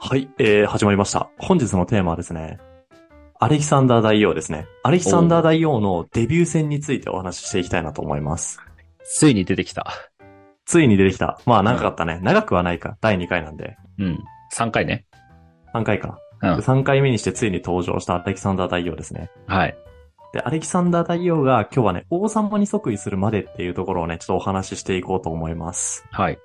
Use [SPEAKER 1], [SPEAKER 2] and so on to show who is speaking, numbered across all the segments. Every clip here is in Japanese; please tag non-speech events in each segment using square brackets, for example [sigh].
[SPEAKER 1] はい、えー、始まりました。本日のテーマはですね、アレキサンダー大王ですね。アレキサンダー大王のデビュー戦についてお話ししていきたいなと思います。
[SPEAKER 2] ついに出てきた。
[SPEAKER 1] ついに出てきた。まあ長かったね。長くはないか。第2回なんで。
[SPEAKER 2] うん。3回ね。
[SPEAKER 1] 3回か。
[SPEAKER 2] うん
[SPEAKER 1] 3回目にしてついに登場したアレキサンダー大王ですね。
[SPEAKER 2] はい。
[SPEAKER 1] で、アレキサンダー大王が今日はね、王様に即位するまでっていうところをね、ちょっとお話ししていこうと思います。
[SPEAKER 2] はい。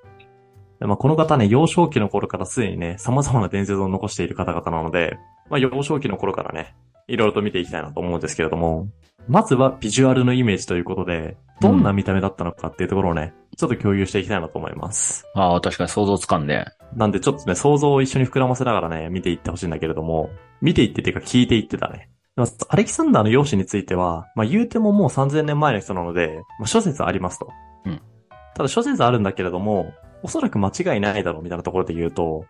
[SPEAKER 1] でまあ、この方ね、幼少期の頃からすでにね、様々な伝説を残している方々なので、まあ、幼少期の頃からね、いろいろと見ていきたいなと思うんですけれども、まずはビジュアルのイメージということで、どんな見た目だったのかっていうところをね、ちょっと共有していきたいなと思います。
[SPEAKER 2] ああ、確かに想像つかんね。
[SPEAKER 1] なんでちょっとね、想像を一緒に膨らませながらね、見ていってほしいんだけれども、見ていってっていうか聞いていってたね。まあアレキサンダーの容姿については、まあ言うてももう3000年前の人なので、まあ諸説ありますと。
[SPEAKER 2] うん
[SPEAKER 1] ただ諸説あるんだけれども、おそらく間違いないだろうみたいなところで言うと、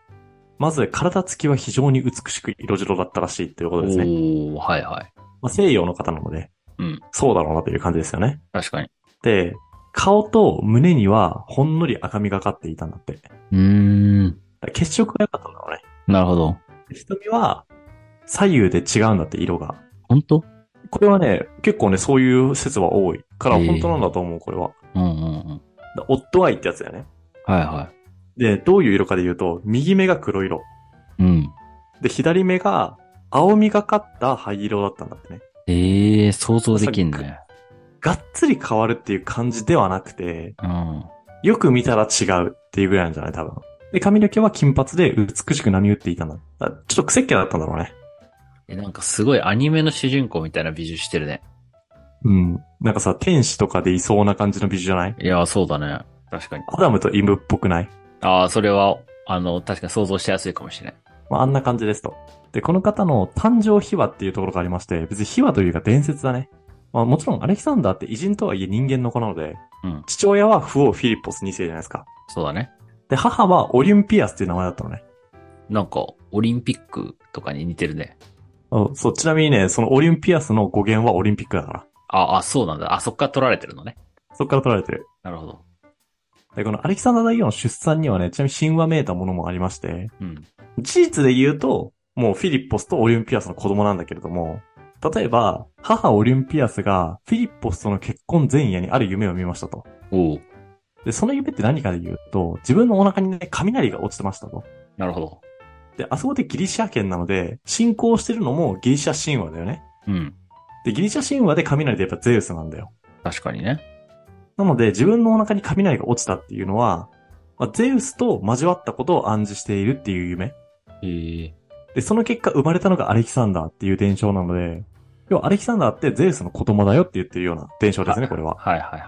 [SPEAKER 1] まず体つきは非常に美しく色白だったらしいということですね。
[SPEAKER 2] おー、はいはい。
[SPEAKER 1] まあ、西洋の方なので、
[SPEAKER 2] うん
[SPEAKER 1] そうだろうなという感じですよね。
[SPEAKER 2] 確かに。
[SPEAKER 1] で、顔と胸にはほんのり赤みがかっていたんだって。だか
[SPEAKER 2] うーん。
[SPEAKER 1] ら血色が良かったんだろうね。
[SPEAKER 2] なるほど。
[SPEAKER 1] 瞳は左右で違うんだって色が。
[SPEAKER 2] 本当
[SPEAKER 1] これはね、結構ね、そういう説は多い。から
[SPEAKER 2] へー
[SPEAKER 1] 本当なんだと思う、これは。
[SPEAKER 2] うんうんうん。
[SPEAKER 1] だオッドアイってやつだよね。
[SPEAKER 2] はいは
[SPEAKER 1] で、どういう色かで言うと、右目が黒色。
[SPEAKER 2] い。うん。
[SPEAKER 1] で、左目が青みがかった灰色だったんだってね。
[SPEAKER 2] ええー、想像できんね。
[SPEAKER 1] がっつり変わるっていう感じではなくて、
[SPEAKER 2] うん。
[SPEAKER 1] よく見たら違うっていうぐらいなんじゃない多分。で、髪の毛は金髪で美しく波打っていたんだ。だちょっと癖っ気だったんだろうね。
[SPEAKER 2] え、なんかすごいアニメの主人公みたいな美女してるね。
[SPEAKER 1] うん。なんかさ、天使とかでいそうな感じの美女じゃない
[SPEAKER 2] いやー、そうだね。確かに。
[SPEAKER 1] アダムとイブっぽくない
[SPEAKER 2] ああ、それは、あの、確かに想像しやすいかもしれない。
[SPEAKER 1] まあ、あんな感じですと。で、この方の誕生秘話っていうところがありまして、別に秘話というか伝説だね。まあもちろんアレキサンダーって偉人とはいえ人間の子なので、
[SPEAKER 2] うん
[SPEAKER 1] 父親はフオ・フィリッポス2世じゃないですか。
[SPEAKER 2] そうだね。
[SPEAKER 1] で、母はオリンピアスっていう名前だったのね。
[SPEAKER 2] なんか、オリンピックとかに似てるね。
[SPEAKER 1] あそう、ちなみにね、そのオリンピアスの語源はオリンピックだから。
[SPEAKER 2] ああ、そうなんだ。あ、そっから取られてるのね。
[SPEAKER 1] そっから取られてる。
[SPEAKER 2] なるほど。
[SPEAKER 1] で、このアレキサンダー大王の出産にはね、ちなみに神話めいたものもありまして、
[SPEAKER 2] うん。
[SPEAKER 1] 事実で言うと、もうフィリッポスとオリンピアスの子供なんだけれども、例えば、母オリンピアスがフィリッポスとの結婚前夜にある夢を見ましたと。
[SPEAKER 2] おお。
[SPEAKER 1] で、その夢って何かで言うと、自分のお腹にね、雷が落ちてましたと。
[SPEAKER 2] なるほど。
[SPEAKER 1] で、あそこでギリシャ圏なので、信仰してるのもギリシャ神話だよね。
[SPEAKER 2] うん。
[SPEAKER 1] で、ギリシャ神話で雷でやっぱゼウスなんだよ。
[SPEAKER 2] 確かにね。
[SPEAKER 1] なので、自分のお腹に雷が落ちたっていうのは、まあ、ゼウスと交わったことを暗示しているっていう夢。
[SPEAKER 2] へえ。
[SPEAKER 1] で、その結果生まれたのがアレキサンダーっていう伝承なので、要はアレキサンダーってゼウスの子供だよって言ってるような伝承ですね、これは。
[SPEAKER 2] はいはいはい。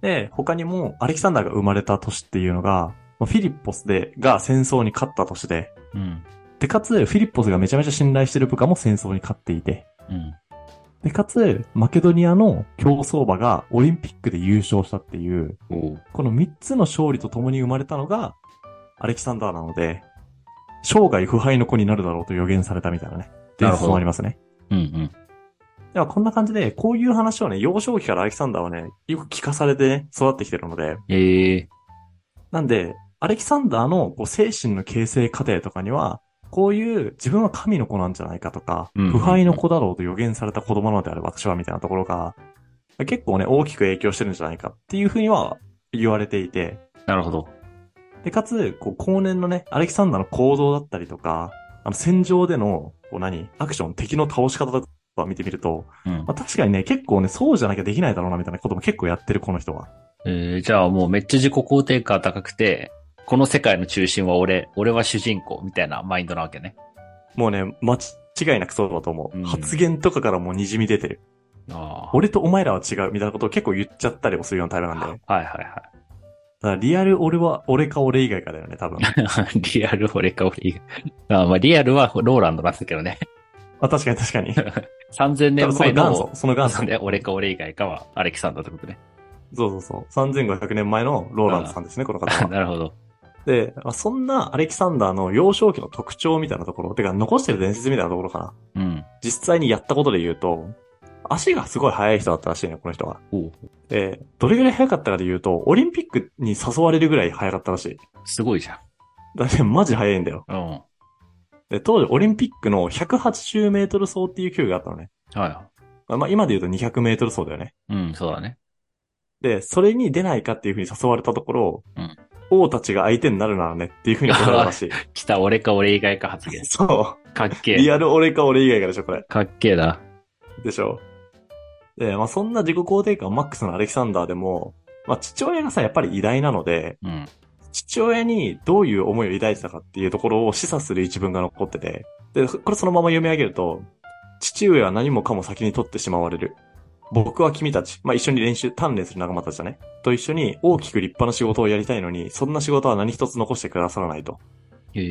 [SPEAKER 1] で、他にもアレキサンダーが生まれた年っていうのが、まあフィリッポスで、が戦争に勝った年で、
[SPEAKER 2] うん。
[SPEAKER 1] で、かつ、フィリッポスがめちゃめちゃ信頼してる部下も戦争に勝っていて。
[SPEAKER 2] うん。
[SPEAKER 1] で、かつ、マケドニアの競走馬がオリンピックで優勝したっていう、
[SPEAKER 2] おう
[SPEAKER 1] この3つの勝利と共に生まれたのが、アレキサンダーなので、生涯不敗の子になるだろうと予言されたみたいなね。伝
[SPEAKER 2] なる
[SPEAKER 1] 説
[SPEAKER 2] ほど
[SPEAKER 1] もありますね。
[SPEAKER 2] うんうん。
[SPEAKER 1] では、こんな感じで、こういう話をね、幼少期からアレキサンダーはね、よく聞かされてね、育ってきてるので、
[SPEAKER 2] ええ。
[SPEAKER 1] なんで、アレキサンダーのこう精神の形成過程とかには、こういう自分は神の子なんじゃないかとか、
[SPEAKER 2] うん
[SPEAKER 1] 腐敗の子だろうと予言された子供なのである私はみたいなところが、結構ね、大きく影響してるんじゃないかっていうふうには言われていて、
[SPEAKER 2] なるほど。
[SPEAKER 1] で、かつ、こう、後年のね、アレキサンダーの行動だったりとか、あの、戦場での、こう何、アクション、敵の倒し方とか見てみると、
[SPEAKER 2] うん
[SPEAKER 1] ま。あ、確かにね、結構ね、そうじゃなきゃできないだろうなみたいなことも結構やってる、この人は。
[SPEAKER 2] ええ、じゃあもうめっちゃ自己肯定感高くて、この世界の中心は俺、俺は主人公みたいなマインドなわけね。
[SPEAKER 1] もうね、間違いなくそうだと思う。
[SPEAKER 2] うん
[SPEAKER 1] 発言とかからもう滲み出てる。
[SPEAKER 2] あ
[SPEAKER 1] 俺とお前らは違うみたいなことを結構言っちゃったりもするようなタイプなんだよね。
[SPEAKER 2] はい [laughs] は
[SPEAKER 1] だからリアル俺は、俺か俺以外かだよね、多 [laughs] 分。
[SPEAKER 2] いはい。リアル俺か俺以外。あーまあリアルはローランドなんだけどね。 [laughs]
[SPEAKER 1] あ、確かに確か [laughs] に。多
[SPEAKER 2] 3000
[SPEAKER 1] 分
[SPEAKER 2] 年
[SPEAKER 1] その
[SPEAKER 2] 前
[SPEAKER 1] 元
[SPEAKER 2] の
[SPEAKER 1] 祖、、その元
[SPEAKER 2] そ
[SPEAKER 1] 祖
[SPEAKER 2] う。ね俺か俺以外かはアレキサンダーってことね。 [laughs]
[SPEAKER 1] そうそうそう。3500年前のローランドさんですね、この方は。
[SPEAKER 2] なるほど。
[SPEAKER 1] で、まあ、そんなアレキサンダーの幼少期の特徴みたいなところ、てか残してる伝説みたいなところかな。
[SPEAKER 2] うん。
[SPEAKER 1] 実際にやったことで言うと、足がすごい速い人だったらしいね、この人は。
[SPEAKER 2] おう
[SPEAKER 1] で、どれぐらい速かったかで言うと、オリンピックに誘われるぐらい速かったらしい。
[SPEAKER 2] すごいじゃ
[SPEAKER 1] だってマジ速いんだよ。
[SPEAKER 2] ん。うん。
[SPEAKER 1] で、当時オリンピックの180メートル走っていう球技があったのね。
[SPEAKER 2] は
[SPEAKER 1] まあまあ今で言うと200メートル走だよね。
[SPEAKER 2] い。うん、そうだね。
[SPEAKER 1] で、それに出ないかっていうふうに誘われたところ、
[SPEAKER 2] うん
[SPEAKER 1] 王たちが相手になるならねっていうふうに答えたらしい。
[SPEAKER 2] [laughs] 来た、俺か俺以外か
[SPEAKER 1] [laughs]
[SPEAKER 2] 発言。
[SPEAKER 1] そ
[SPEAKER 2] かっ
[SPEAKER 1] う。
[SPEAKER 2] け
[SPEAKER 1] リ
[SPEAKER 2] え。
[SPEAKER 1] アル俺か俺以外かでしょ、これ。
[SPEAKER 2] かっけえだ。
[SPEAKER 1] でしょ。で、まあそんな自己肯定感マックスのアレキサンダーでも、まあ父親がさ、やっぱり偉大なので、
[SPEAKER 2] うん。
[SPEAKER 1] 父親にどういう思いを抱いてたかっていうところを示唆する一文が残ってて、で、これそのまま読み上げると、父上は何もかも先に取ってしまわれる。僕は君たち、まあ、一緒に練習、鍛錬する仲間たちだね。と一緒に大きく立派な仕事をやりたいのに、そんな仕事は何一つ残してくださらないと
[SPEAKER 2] へ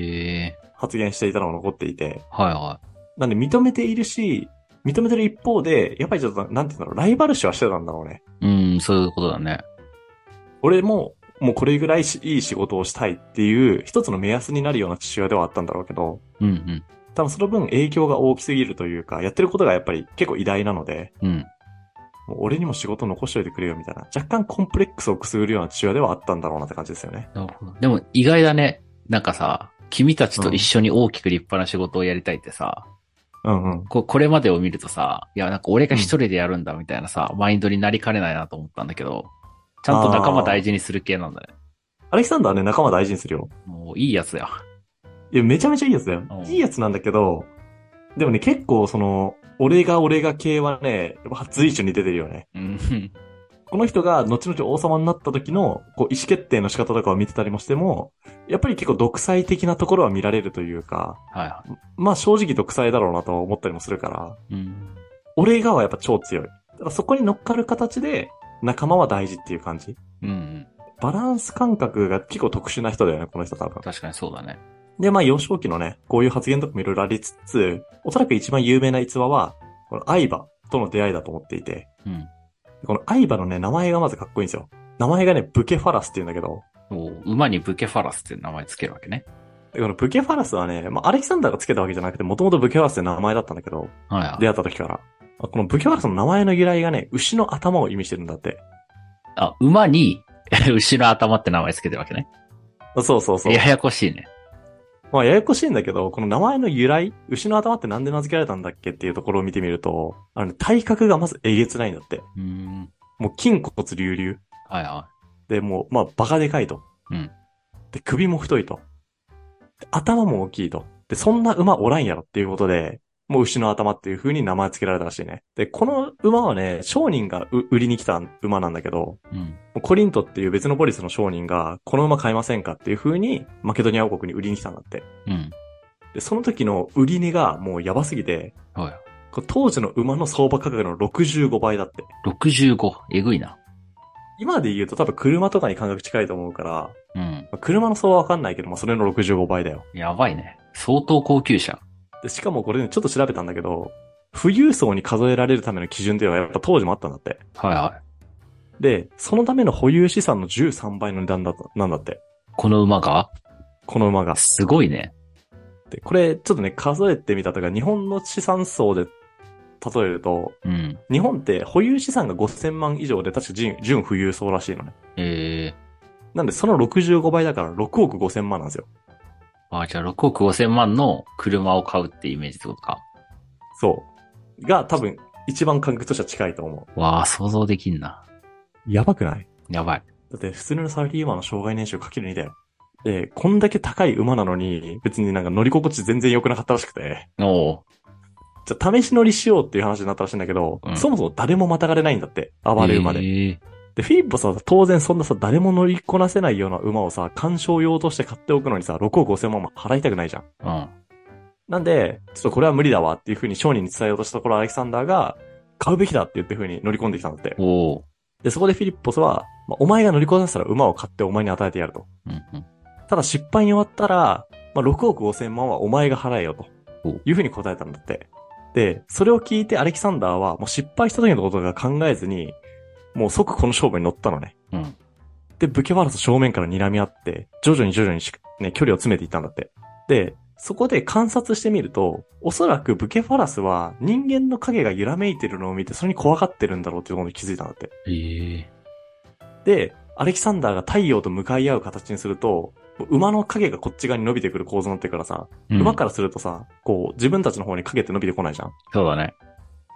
[SPEAKER 2] え。
[SPEAKER 1] 発言していたのが残っていて、
[SPEAKER 2] はいは
[SPEAKER 1] なんで認めているし、認めてる一方で、やっぱりちょっと、なんていうんだろう、ライバル視はしてたんだろうね。
[SPEAKER 2] い。うん、そういうことだね。
[SPEAKER 1] 俺も、もうこれぐらいしいい仕事をしたいっていう、一つの目安になるような父親ではあったんだろうけど、
[SPEAKER 2] うん
[SPEAKER 1] 多分その分影響が大きすぎるというか、やってることがやっぱり結構偉大なので、
[SPEAKER 2] うん。うん。
[SPEAKER 1] もう俺にも仕事残しといてくれよみたいな、若干コンプレックスをくすぐるような父親ではあったんだろうなって感じですよね。
[SPEAKER 2] なるほど。でも意外だね。なんかさ、君たちと一緒に大きく立派な仕事をやりたいってさ、
[SPEAKER 1] うんうん。
[SPEAKER 2] ここれまでを見るとさ、いや、なんか俺が一人でやるんだみたいなさ、マインドになりかねないなと思ったんだけど、ちゃんと仲間大事にする系なんだね。
[SPEAKER 1] アレキサンダーね、仲間大事にするよ。
[SPEAKER 2] もういいやつや。
[SPEAKER 1] いや、めちゃめちゃいいやつだよ
[SPEAKER 2] うん。
[SPEAKER 1] いいやつなんだけど、でもね、結構その、俺が俺が系はね、やっぱ随所に出てるよね。
[SPEAKER 2] うん。
[SPEAKER 1] この人が後々王様になった時の、こう、意思決定の仕方とかを見てたりもしても、やっぱり結構独裁的なところは見られるというか、
[SPEAKER 2] はいは
[SPEAKER 1] まあ正直独裁だろうなとは思ったりもするから、
[SPEAKER 2] い。うん。
[SPEAKER 1] 俺がはやっぱ超強い。だからそこに乗っかる形で仲間は大事っていう感じ。
[SPEAKER 2] うんうん。
[SPEAKER 1] バランス感覚が結構特殊な人だよね、この人多分。
[SPEAKER 2] 確かにそうだね。
[SPEAKER 1] で、まあ幼少期のね、こういう発言とかもいろいろありつつ、おそらく一番有名な逸話は、この相葉との出会いだと思っていて、
[SPEAKER 2] うん。
[SPEAKER 1] この相葉のね、名前がまずかっこいいんですよ。名前がね、ブケファラスって言うんだけど、
[SPEAKER 2] もう馬にブケファラスって名前つけるわけね。
[SPEAKER 1] でこのブケファラスはね、まあアレキサンダーがつけたわけじゃなくて、もともとブケファラスって名前だったんだけど、
[SPEAKER 2] はいはい。
[SPEAKER 1] 出会った時から。あこのブケファラスの名前の由来がね、牛の頭を意味してるんだって。
[SPEAKER 2] あ、馬に牛の頭って名前つけてるわけね。
[SPEAKER 1] あそうそうそう。
[SPEAKER 2] ややこしいね。
[SPEAKER 1] まあ、ややこしいんだけど、この名前の由来、牛の頭ってなんで名付けられたんだっけっていうところを見てみると、あのね、体格がまずえげつないんだって。
[SPEAKER 2] うん。
[SPEAKER 1] もう筋骨隆々。
[SPEAKER 2] はいは
[SPEAKER 1] で、もう、まあ、バカでかいと。
[SPEAKER 2] うん
[SPEAKER 1] で、首も太いと。で頭も大きいと。で、そんな馬おらんやろっていうことで、もう牛の頭っていう風に名前付けられたらしいね。で、この馬はね、商人がう売りに来た馬なんだけど、
[SPEAKER 2] い。うん。
[SPEAKER 1] コリントっていう別のポリスの商人が、この馬買いませんかっていう風に、マケドニア王国に売りに来たんだって。
[SPEAKER 2] うん。
[SPEAKER 1] で、その時の売り値がもうやばすぎて、
[SPEAKER 2] はい。
[SPEAKER 1] こう当時の馬の相場価格の65倍だって。
[SPEAKER 2] 65。えぐいな。
[SPEAKER 1] 今で言うと多分車とかに感覚近いと思うから、ま
[SPEAKER 2] うん。
[SPEAKER 1] あ車の相場はわかんないけど、まあ、それの65倍だよ。
[SPEAKER 2] やばいね。相当高級車。
[SPEAKER 1] で、しかもこれね、ちょっと調べたんだけど、富裕層に数えられるための基準ではやっぱ当時もあったんだって。
[SPEAKER 2] はいはい。
[SPEAKER 1] で、そのための保有資産の13倍の値段だと、なんだって。
[SPEAKER 2] この馬が
[SPEAKER 1] この馬が。
[SPEAKER 2] すごいね。
[SPEAKER 1] で、これ、ちょっとね、数えてみたとか、日本の資産層で例えると、
[SPEAKER 2] うん。
[SPEAKER 1] 日本って保有資産が5000万以上で確か純純富裕層らしいのね。
[SPEAKER 2] ええ
[SPEAKER 1] なんでその65倍だから6億5000万なんですよ。
[SPEAKER 2] あ、じゃあ6億5千万の車を買うってイメージってことか。
[SPEAKER 1] そう。が多分一番感覚としては近いと思
[SPEAKER 2] わあ、想像できんな。
[SPEAKER 1] う。やばくない
[SPEAKER 2] やばい。
[SPEAKER 1] だって普通のサラリーマンの障害年収かける2だよ。で、こんだけ高い馬なのに、別になんか乗り心地全然良くなかったらしくて、
[SPEAKER 2] おう
[SPEAKER 1] じゃあ試し乗りしようっていう話になったらしいんだけど、
[SPEAKER 2] うん
[SPEAKER 1] そもそも誰もまたがれないんだって、暴れ馬で。
[SPEAKER 2] ええ
[SPEAKER 1] で、フィリップさ、当然そんなさ、誰も乗りこなせないような馬をさ、鑑賞用として買っておくのにさ、6億5000万も払いたくないじゃん。
[SPEAKER 2] うん。
[SPEAKER 1] なんで、ちょっとこれは無理だわっていう風に商人に伝えようとしたところ、アレキサンダーが、買うべきだって言って風に乗り込んできたんだって。
[SPEAKER 2] おう
[SPEAKER 1] で、そこでフィリッポスは、まあお前が乗りこなせたら馬を買ってお前に与えてやると。
[SPEAKER 2] うんうん。
[SPEAKER 1] ただ失敗に終わったら、まあ、6億5千万はお前が払えよと
[SPEAKER 2] お。
[SPEAKER 1] いう風に答えたんだって。で、それを聞いてアレキサンダーは、もう失敗した時のことが考えずに、もう即この勝負に乗ったのね。
[SPEAKER 2] うん。
[SPEAKER 1] で、ブケファラスと正面から睨み合って、徐々に徐々にしね、距離を詰めていったんだって。で、そこで観察してみると、おそらくブケファラスは人間の影が揺らめいてるのを見て、それに怖がってるんだろうっていうことに気づいたんだって。
[SPEAKER 2] ええ
[SPEAKER 1] で、アレキサンダーが太陽と向かい合う形にすると、馬の影がこっち側に伸びてくる構造になってるからさ、
[SPEAKER 2] うん
[SPEAKER 1] 馬からするとさ、こう、自分たちの方に影って伸びてこないじゃん。
[SPEAKER 2] そうだね。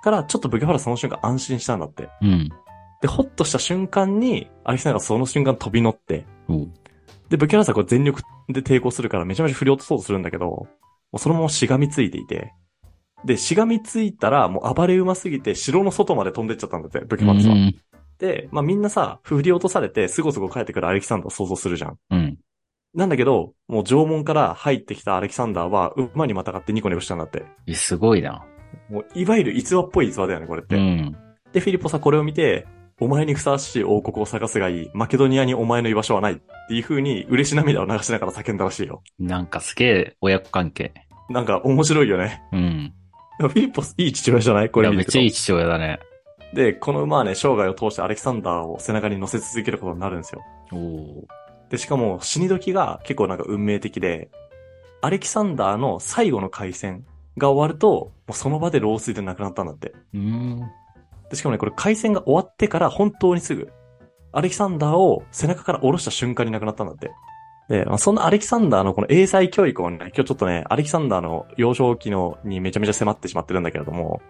[SPEAKER 1] から、ちょっとブキャファラその瞬間安心したんだって。
[SPEAKER 2] うん。
[SPEAKER 1] で、ホッとした瞬間に、アレキサンダーがその瞬間飛び乗って、
[SPEAKER 2] うん
[SPEAKER 1] で、ブキャファラさんこう全力で抵抗するからめちゃめちゃ振り落とそうとするんだけど、もうそのまましがみついていて、で、しがみついたら、もう暴れ馬すぎて、城の外まで飛んでっちゃったんだって、ブキャファラさんは。
[SPEAKER 2] うん
[SPEAKER 1] で、まあみんなさ、振り落とされて、すごすご帰ってくるアレキサンダーを想像するじゃん。
[SPEAKER 2] うん。
[SPEAKER 1] なんだけど、もう縄文から入ってきたアレキサンダーは、馬にまたがってニコニコしたんだって。
[SPEAKER 2] えすごいな。
[SPEAKER 1] もう、いわゆる逸話っぽい逸話だよね、これって。
[SPEAKER 2] うん。
[SPEAKER 1] で、フィリポさ、これを見て、お前にふさわしい王国を探すがいい。マケドニアにお前の居場所はない。っていう風に、嬉し涙を流しながら叫んだらしいよ。
[SPEAKER 2] なんかすげえ親子関係。
[SPEAKER 1] なんか、面白いよね。 [laughs]
[SPEAKER 2] うん。
[SPEAKER 1] フィリポス、いい父親じゃないこ
[SPEAKER 2] こ
[SPEAKER 1] れ
[SPEAKER 2] れ
[SPEAKER 1] 見
[SPEAKER 2] めって
[SPEAKER 1] る
[SPEAKER 2] ち
[SPEAKER 1] と
[SPEAKER 2] ゃいい父親だね。
[SPEAKER 1] で、この馬はね、生涯を通してアレキサンダーを背中に乗せ続けることになるんですよ。
[SPEAKER 2] おお。
[SPEAKER 1] で、しかも死に時が結構なんか運命的で、アレキサンダーの最後の回戦が終わると、もうその場で老衰で亡くなったんだって。
[SPEAKER 2] うーん。
[SPEAKER 1] で、しかもね、これ回戦が終わってから本当にすぐ、アレキサンダーを背中から下ろした瞬間に亡くなったんだって。で、まあ、そんなアレキサンダーのこの英才教育をね、今日ちょっとね、アレキサンダーの幼少期のにめちゃめちゃ迫ってしまってるんだけれども、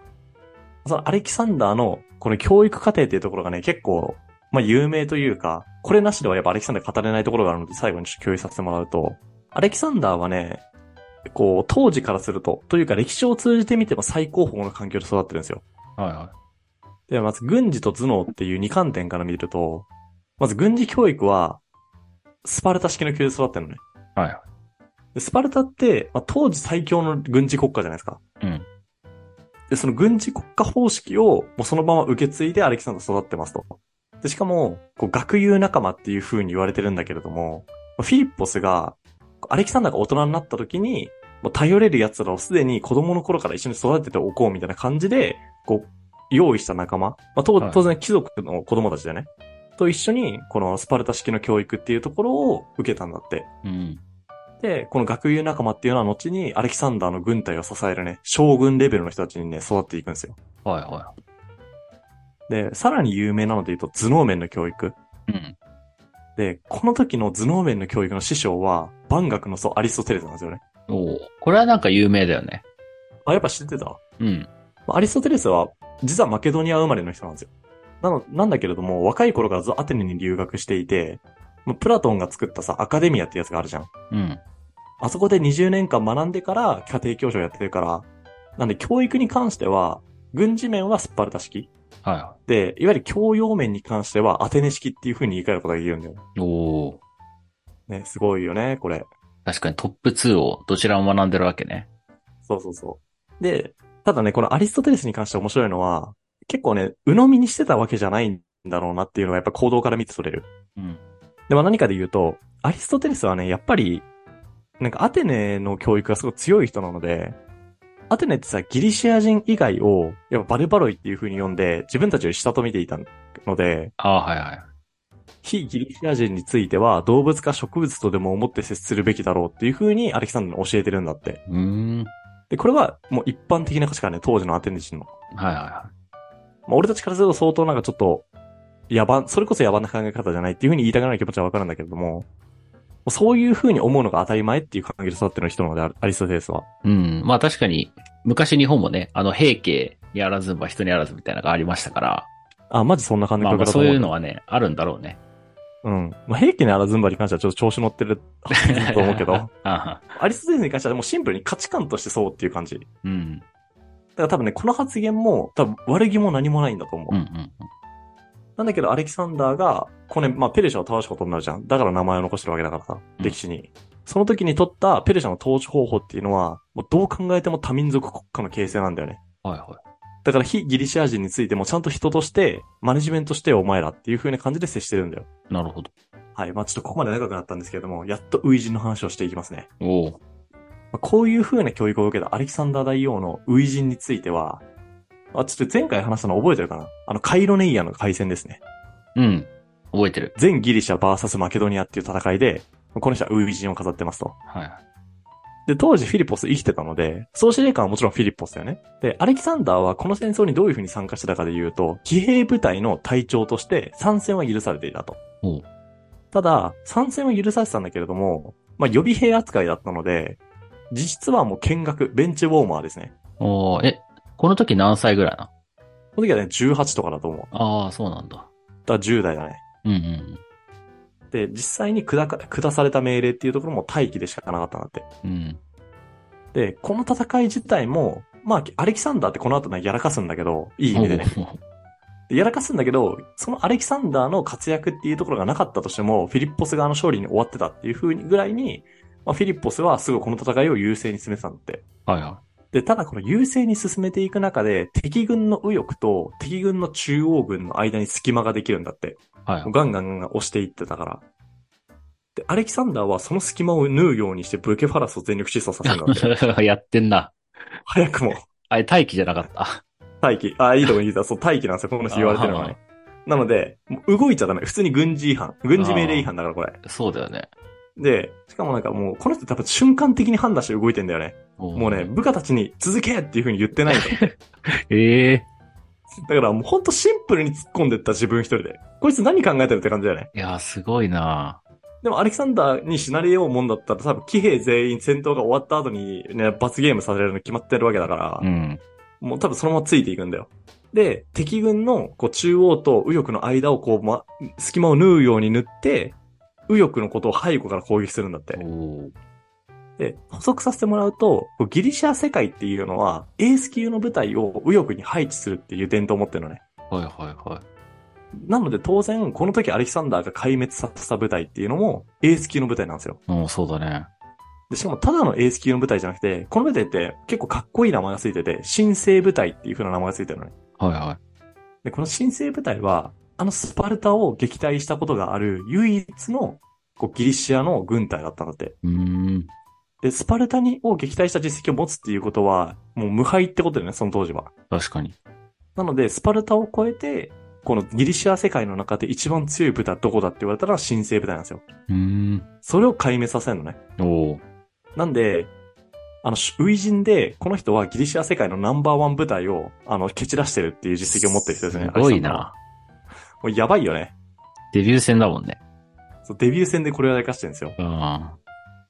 [SPEAKER 1] そのアレキサンダーのこの教育過程っていうところがね、結構、まあ、有名というか、これなしではやっぱアレキサンダー語れないところがあるので、最後にちょっと共有させてもらうと、アレキサンダーはね、こう、当時からすると、というか歴史を通じてみても最高峰の環境で育ってるんですよ。
[SPEAKER 2] はいは
[SPEAKER 1] で、まず軍事と頭脳っていう二観点から見ると、まず軍事教育は、スパルタ式の教育で育ってるのね。
[SPEAKER 2] い。はいは
[SPEAKER 1] で、スパルタって、まあ、当時最強の軍事国家じゃないですか。
[SPEAKER 2] い。うん。
[SPEAKER 1] で、その軍事国家方式を、もうそのまま受け継いでアレキサンダー育ってますと。で、しかも、こう、学友仲間っていう風に言われてるんだけれども、まあフィリッポスが、こうアレキサンダーが大人になった時に、もう頼れる奴らをすでに子供の頃から一緒に育てておこうみたいな感じで、こう、用意した仲間、まあ、当
[SPEAKER 2] はい
[SPEAKER 1] 当然貴族の子供たちだよね。と一緒に、このスパルタ式の教育っていうところを受けたんだって。
[SPEAKER 2] うん。
[SPEAKER 1] で、この学友仲間っていうのは後にアレキサンダーの軍隊を支えるね、将軍レベルの人たちにね、育っていくんですよ。
[SPEAKER 2] はいは
[SPEAKER 1] で、さらに有名なので言うと頭脳面の教育。
[SPEAKER 2] い。うん。
[SPEAKER 1] で、この時の頭脳面の教育の師匠は、万学の祖アリストテレスなんですよね。
[SPEAKER 2] おお。これはなんか有名だよね。
[SPEAKER 1] あ、やっぱ知ってたま
[SPEAKER 2] うん。
[SPEAKER 1] あアリストテレスは、実はマケドニア生まれの人なんですよ。なの、なんだけれども、若い頃からずアテネに留学していて、まあプラトンが作ったさ、アカデミアってやつがあるじゃん。
[SPEAKER 2] うん。
[SPEAKER 1] あそこで20年間学んでから家庭教師をやってるから、なんで教育に関しては、軍事面はスパルタ式。
[SPEAKER 2] はいは
[SPEAKER 1] で、いわゆる教養面に関してはアテネ式っていう風に言い換えることができるんだよ。
[SPEAKER 2] い。おお。
[SPEAKER 1] ね、すごいよね、これ。
[SPEAKER 2] 確かにトップ2をどちらも学んでるわけね。
[SPEAKER 1] そうそうそう。で、ただね、このアリストテレスに関して面白いのは、結構ね、鵜呑みにしてたわけじゃないんだろうなっていうのがやっぱ行動から見て取れる。
[SPEAKER 2] うん。
[SPEAKER 1] でも何かで言うと、アリストテレスはね、やっぱり、なんかアテネの教育がすごい強い人なので、アテネってさ、ギリシア人以外を、やっぱバルバロイっていう風に呼んで、自分たちを下と見ていたので、
[SPEAKER 2] ああ、はいはい。
[SPEAKER 1] 非ギリシア人については動物か植物とでも思って接するべきだろうっていう風にアレキサンダーに教えてるんだって。
[SPEAKER 2] うーん。
[SPEAKER 1] で、これはもう一般的な価値観ね、当時のアテネ人の。
[SPEAKER 2] はいは
[SPEAKER 1] まあ、俺たちからすると相当なんかちょっと、野蛮、それこそ野蛮な考え方じゃないっていう風に言いたくなる気持ちはわかるんだけれども、もうそういう風に思うのが当たり前っていう環境で育ってる人なので、アアリストテレスは。
[SPEAKER 2] い。うん。まあ確かに、昔日本もね、あの、平家にあらずば人にあらずみたいなのがありましたから、
[SPEAKER 1] あ、マジそんな感じ
[SPEAKER 2] まあまあ
[SPEAKER 1] だと
[SPEAKER 2] そ
[SPEAKER 1] 思
[SPEAKER 2] う
[SPEAKER 1] う。
[SPEAKER 2] いうのはね、あるんだろう [laughs] ね。
[SPEAKER 1] うん。まあ、平気なアラズンバに関してはちょっと調子乗ってると思うけ
[SPEAKER 2] [laughs]
[SPEAKER 1] ど、。
[SPEAKER 2] あは
[SPEAKER 1] アリストテレスに関してはもうシンプルに価値観としてそうっていう感じ。だ
[SPEAKER 2] うん。
[SPEAKER 1] から多分ね、この発言も多分悪気も何もないんだと思う。
[SPEAKER 2] うんうん。
[SPEAKER 1] なんだけど、アレキサンダーが、これ、まあ、ペルシャを倒すことになるじゃん。だから名前を残してるわけだからさ、
[SPEAKER 2] うん
[SPEAKER 1] 歴史に。その時に取ったペルシャの統治方法っていうのは、もうどう考えても多民族国家の形成なんだよね。
[SPEAKER 2] はいは
[SPEAKER 1] だから非ギリシア人についてもちゃんと人として、マネジメントしてよお前らっていう風な感じで接してるんだよ。
[SPEAKER 2] い。なるほど。
[SPEAKER 1] はい。まあ、ちょっとここまで長くなったんですけれども、やっと初陣の話をしていきますね。
[SPEAKER 2] おお。
[SPEAKER 1] まあこういう風な教育を受けたアレキサンダー大王の初陣については、あ、ちょっと前回話したの覚えてるかなあの、カイロネイアの海戦ですね。
[SPEAKER 2] うん。覚えてる。
[SPEAKER 1] 全ギリシャ VS マケドニアっていう戦いで、この人は初陣を飾ってますと。
[SPEAKER 2] はいはい。
[SPEAKER 1] で、当時フィリポス生きてたので、総司令官はもちろんフィリポスだよね。で、アレキサンダーはこの戦争にどういう風に参加してたかで言うと、騎兵部隊の隊長として参戦は許されていたと
[SPEAKER 2] おう。
[SPEAKER 1] ただ、参戦は許されてたんだけれども、まあ予備兵扱いだったので、実はもう見学、ベンチウォーマーですね。
[SPEAKER 2] おーえ、この時何歳ぐらいな
[SPEAKER 1] この時はね、18とかだと思う。
[SPEAKER 2] ああ、そうなんだ。
[SPEAKER 1] だから10代だね。
[SPEAKER 2] うんうん
[SPEAKER 1] で、実際に下か下された命令っていうところも待機でしかなかったんだって。
[SPEAKER 2] うん。うん。
[SPEAKER 1] で、この戦い自体も、まあ、アレキサンダーってこの後ね、やらかすんだけど、いい意味でね。
[SPEAKER 2] おー
[SPEAKER 1] でやらかすんだけど、そのアレキサンダーの活躍っていうところがなかったとしても、フィリッポス側の勝利に終わってたっていう風にぐらいに、まあ、フィリッポスはすぐこの戦いを優勢に進めてたんだって。
[SPEAKER 2] はいは
[SPEAKER 1] で、ただこの優勢に進めていく中で、敵軍の右翼と敵軍の中央軍の間に隙間ができるんだって。
[SPEAKER 2] い。はいはい。
[SPEAKER 1] ガンガンガンガン押していってたから。で、アレキサンダーはその隙間を縫うようにしてブケファラスを全力疾走させるんだって。
[SPEAKER 2] [laughs] やってんな。
[SPEAKER 1] 早くも、
[SPEAKER 2] あれ、待機じゃなかった。
[SPEAKER 1] 待機。あ、いいとこにい [laughs] た。そう、待機なんですよ。この人言われてるのはね。なので、もう動いちゃダメ。普通に軍事違反。軍事命令違反だから、これ。
[SPEAKER 2] そうだよね。
[SPEAKER 1] で、しかもなんかもう、この人多分瞬間的に判断して動いてんだよね。も
[SPEAKER 2] も
[SPEAKER 1] うね、。部下たちに続けっていう風に言って [laughs] ないんだよ。
[SPEAKER 2] ええ
[SPEAKER 1] だからもうほんとシンプルに突っ込んでった自分一人で。こいつ何考えてるって感じだよね。
[SPEAKER 2] いやー、すごいな
[SPEAKER 1] でもアレキサンダーに死なれようもんだったら多分騎兵全員戦闘が終わった後にね、罰ゲームされるの決まってるわけだから、
[SPEAKER 2] うん。
[SPEAKER 1] もう多分そのままついていくんだよ。で、敵軍のこう中央と右翼の間をこう、ま、隙間を縫うように縫って、右翼のことを背後から攻撃するんだって。
[SPEAKER 2] おー
[SPEAKER 1] で、補足させてもらうと、こうギリシャ世界っていうのは、エース級の部隊を右翼に配置するっていう伝統を持ってるのね。
[SPEAKER 2] はいはいはい。
[SPEAKER 1] なので当然、この時アレキサンダーが壊滅させた部隊っていうのも、エース級の部隊なんですよ。
[SPEAKER 2] うん、そうだね。
[SPEAKER 1] で、しかもただのエース級の部隊じゃなくて、この部隊って結構かっこいい名前がついてて、新生部隊っていう風な名前がついてるのね。
[SPEAKER 2] はいは
[SPEAKER 1] で、この新生部隊は、あのスパルタを撃退したことがある唯一のこうギリシアの軍隊だったんだって。
[SPEAKER 2] い。うーん。
[SPEAKER 1] で、スパルタにを撃退した実績を持つっていうことは、もう無敗ってことだよね、その当時は。
[SPEAKER 2] 確かに。
[SPEAKER 1] なので、スパルタを超えて、このギリシア世界の中で一番強い部隊はどこだって言われたら新生部隊なんですよ。
[SPEAKER 2] うーん。
[SPEAKER 1] それを壊滅させるのね。
[SPEAKER 2] おー
[SPEAKER 1] なんで、あの、初陣で、この人はギリシア世界のナンバーワン部隊を、あの、蹴散らしてるっていう実績を持ってる人ですね。
[SPEAKER 2] すごい
[SPEAKER 1] アレキサンダーは
[SPEAKER 2] な。
[SPEAKER 1] もうやばいよね。
[SPEAKER 2] デビュー戦だもんね。
[SPEAKER 1] そうデビュー戦でこれを生かしてるんですよ。だか
[SPEAKER 2] うん。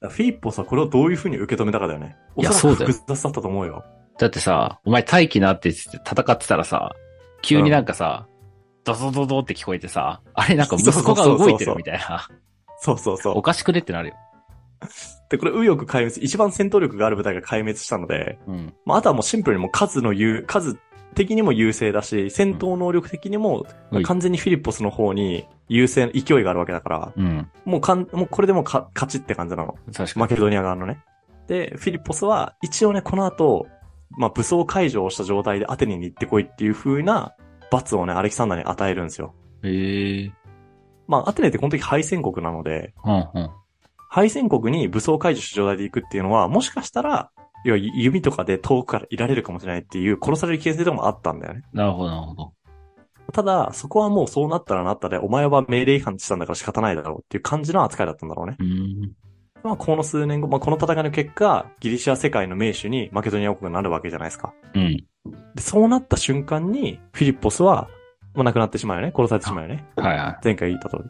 [SPEAKER 1] らフィリッポスはこれをどういう風に受け止めたかだよね。
[SPEAKER 2] いや
[SPEAKER 1] おそら
[SPEAKER 2] そ
[SPEAKER 1] く
[SPEAKER 2] うだよ
[SPEAKER 1] 複雑だったと思うよ。
[SPEAKER 2] だってさ、お前待機なって言って戦ってたらさ、急になんかさ、ドドドドって聞こえてさ、あれなんか息子が動いてるみたいな。
[SPEAKER 1] そうそうそ
[SPEAKER 2] おかしくねってなるよ。
[SPEAKER 1] う。で、これ右翼壊滅、一番戦闘力がある部隊が壊滅したので、
[SPEAKER 2] うん。
[SPEAKER 1] まあ、あとはもうシンプルにもう数の優、数的にも優勢だし、戦闘能力的にも
[SPEAKER 2] うん、
[SPEAKER 1] 完全にフィリッポスの方に優勢、勢いがあるわけだから、
[SPEAKER 2] うん。
[SPEAKER 1] もうかん、もうこれでもうか勝ちって感じなの。
[SPEAKER 2] 確か
[SPEAKER 1] マ
[SPEAKER 2] に。
[SPEAKER 1] ケドニア側のね。で、フィリッポスは、一応ね、この後、まあ、武装解除をした状態でアテネに行ってこいっていう風な罰をね、アレキサンダーに与えるんですよ。
[SPEAKER 2] へえ。
[SPEAKER 1] まあ、アテネってこの時敗戦国なので、
[SPEAKER 2] うんうん。
[SPEAKER 1] 敗戦国に武装解除した状態で行くっていうのは、もしかしたら、要は弓とかで遠くからいられるかもしれないっていう殺される危険性とかもあったんだよね。
[SPEAKER 2] なるほど、なるほど。
[SPEAKER 1] ただ、そこはもうそうなったらなったで、お前は命令違反したんだから仕方ないだろうっていう感じの扱いだったんだろうね。
[SPEAKER 2] うーん。
[SPEAKER 1] まあ、この数年後、まあ、この戦いの結果、ギリシア世界の名手にマケドニア王国がなるわけじゃないですか。
[SPEAKER 2] うん。
[SPEAKER 1] で、そうなった瞬間に、フィリッポスは、まあ、亡くなってしまうよね。殺されてしまうよね。
[SPEAKER 2] はいは
[SPEAKER 1] 前回言った通り。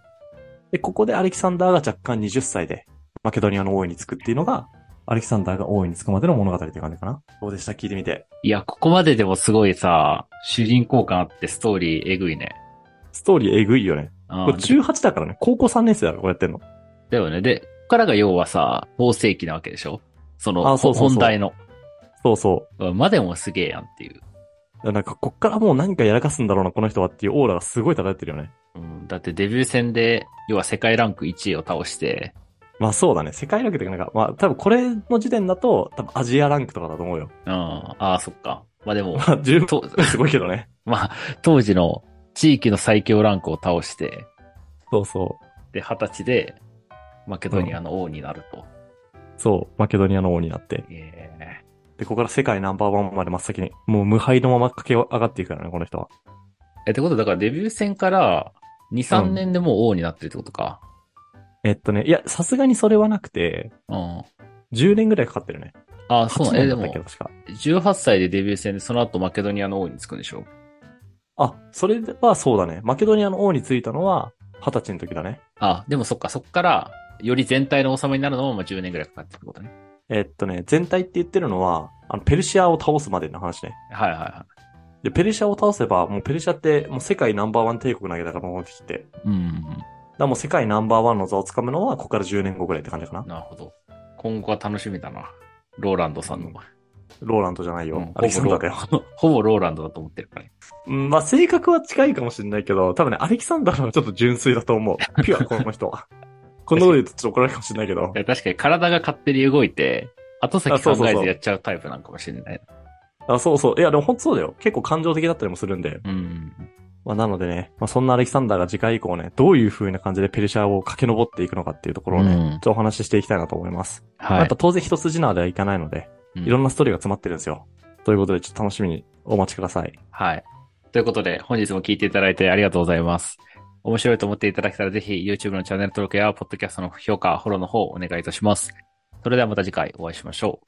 [SPEAKER 1] で、ここでアレキサンダーが若干20歳で、マケドニアの王位につくっていうのが、アレキサンダーが王位につくまでの物語っていう感じかな。どうでした聞いてみて。
[SPEAKER 2] い。いや、ここまででもすごいさ、主人公感あってストーリーえぐいね。
[SPEAKER 1] ストーリーえぐいよね。
[SPEAKER 2] あ
[SPEAKER 1] これ18だからね、高校3年生だからこうやってんの。
[SPEAKER 2] だよね。で、ここからが要はさ、法世紀なわけでしょその、
[SPEAKER 1] あそうそうそう
[SPEAKER 2] 本題の。
[SPEAKER 1] そうそう。
[SPEAKER 2] までもすげえやんっていう。
[SPEAKER 1] だからなんか、こっからもう何かやらかすんだろうな、この人はっていうオーラがすごい漂ってるよね。
[SPEAKER 2] うん、だってデビュー戦で、要は世界ランク1位を倒して、
[SPEAKER 1] まあそうだね。世界ランクというか、なんか、まあ多分これの時点だと、多分アジアランクとかだと思うよ。 [laughs]
[SPEAKER 2] うん、ああ、そっか。まあでも、
[SPEAKER 1] まあ十分 [laughs]
[SPEAKER 2] と
[SPEAKER 1] すごいけどね。
[SPEAKER 2] まあ、当時の地域の最強ランクを倒して、
[SPEAKER 1] そうそう。
[SPEAKER 2] で、二十歳で、マケドニアの王になると。
[SPEAKER 1] そう、マケドニアの王になって。
[SPEAKER 2] ええ
[SPEAKER 1] で、ここから世界ナンバーワンまで真っ先に、もう無敗のまま駆け上がっていくからね、この人は。
[SPEAKER 2] え、ってことだからデビュー戦から、2、3年でもう王になってるってことか。
[SPEAKER 1] えっとね、いや、さすがにそれはなくて、
[SPEAKER 2] うん。
[SPEAKER 1] 10年ぐらいかかってるね。
[SPEAKER 2] ああ、そう
[SPEAKER 1] 8
[SPEAKER 2] なんえ、
[SPEAKER 1] 年
[SPEAKER 2] で
[SPEAKER 1] だったっ
[SPEAKER 2] も
[SPEAKER 1] け、、確か。
[SPEAKER 2] 18歳でデビュー戦で、その後マケドニアの王につくんでしょ
[SPEAKER 1] あ、それはそうだね。マケドニアの王についたのは、二十歳の時だね。
[SPEAKER 2] あ、でもそっか、そっから、より全体の王様になるのもまあ10年ぐらいかかってるってことね。
[SPEAKER 1] えっとね、全体って言ってるのは、あの、ペルシアを倒すまでの話ね。
[SPEAKER 2] はいはいは
[SPEAKER 1] で、ペルシアを倒せば、もうペルシアって、もう世界ナンバーワン帝国なわけだから、戻ってきて。だか
[SPEAKER 2] い。うんうん
[SPEAKER 1] らもう世界ナンバーワンの座を掴むのは、ここから10年後ぐらいって感じかな
[SPEAKER 2] うん。。なるほど。今後は楽しみだな。ローランドさんの。
[SPEAKER 1] ローランドじゃないよ。
[SPEAKER 2] うん
[SPEAKER 1] アレキサンダーだよ。
[SPEAKER 2] ほぼローランドだと思ってるからね。
[SPEAKER 1] うん、まあ、性格は近いかもしれないけど、多分ね、アレキサンダーの方がちょっと純粋だと思う。ピュア、この人
[SPEAKER 2] [laughs]
[SPEAKER 1] は。こんなこと言うとちょっと怒られるかもしれないけど
[SPEAKER 2] い。や確かに体が勝手に動いて、後先
[SPEAKER 1] あそうそう
[SPEAKER 2] 考
[SPEAKER 1] そう
[SPEAKER 2] えずやっちゃうタイプなんかもしれない。
[SPEAKER 1] あそうそう。いや、でも本当そうだよ。結構感情的だったりもするんで。
[SPEAKER 2] うん。
[SPEAKER 1] まあ、なのでね、まあ、そんなアレキサンダーが次回以降ね、どういう風な感じでペルシャを駆け上っていくのかっていうところをね、
[SPEAKER 2] うん
[SPEAKER 1] ちょっとお話ししていきたいなと思います。
[SPEAKER 2] はい。
[SPEAKER 1] やっぱ当然一筋縄ではいかないので、
[SPEAKER 2] うん
[SPEAKER 1] いろんなストーリーが詰まってるんですよ。ということで、ちょっと楽しみにお待ちください。
[SPEAKER 2] はい。ということで、本日も聞いていただいてありがとうございます。面白いと思っていただけたら、ぜひ YouTube のチャンネル登録や、ポッドキャストの評価、フォローの方お願いいたします。それではまた次回お会いしましょう。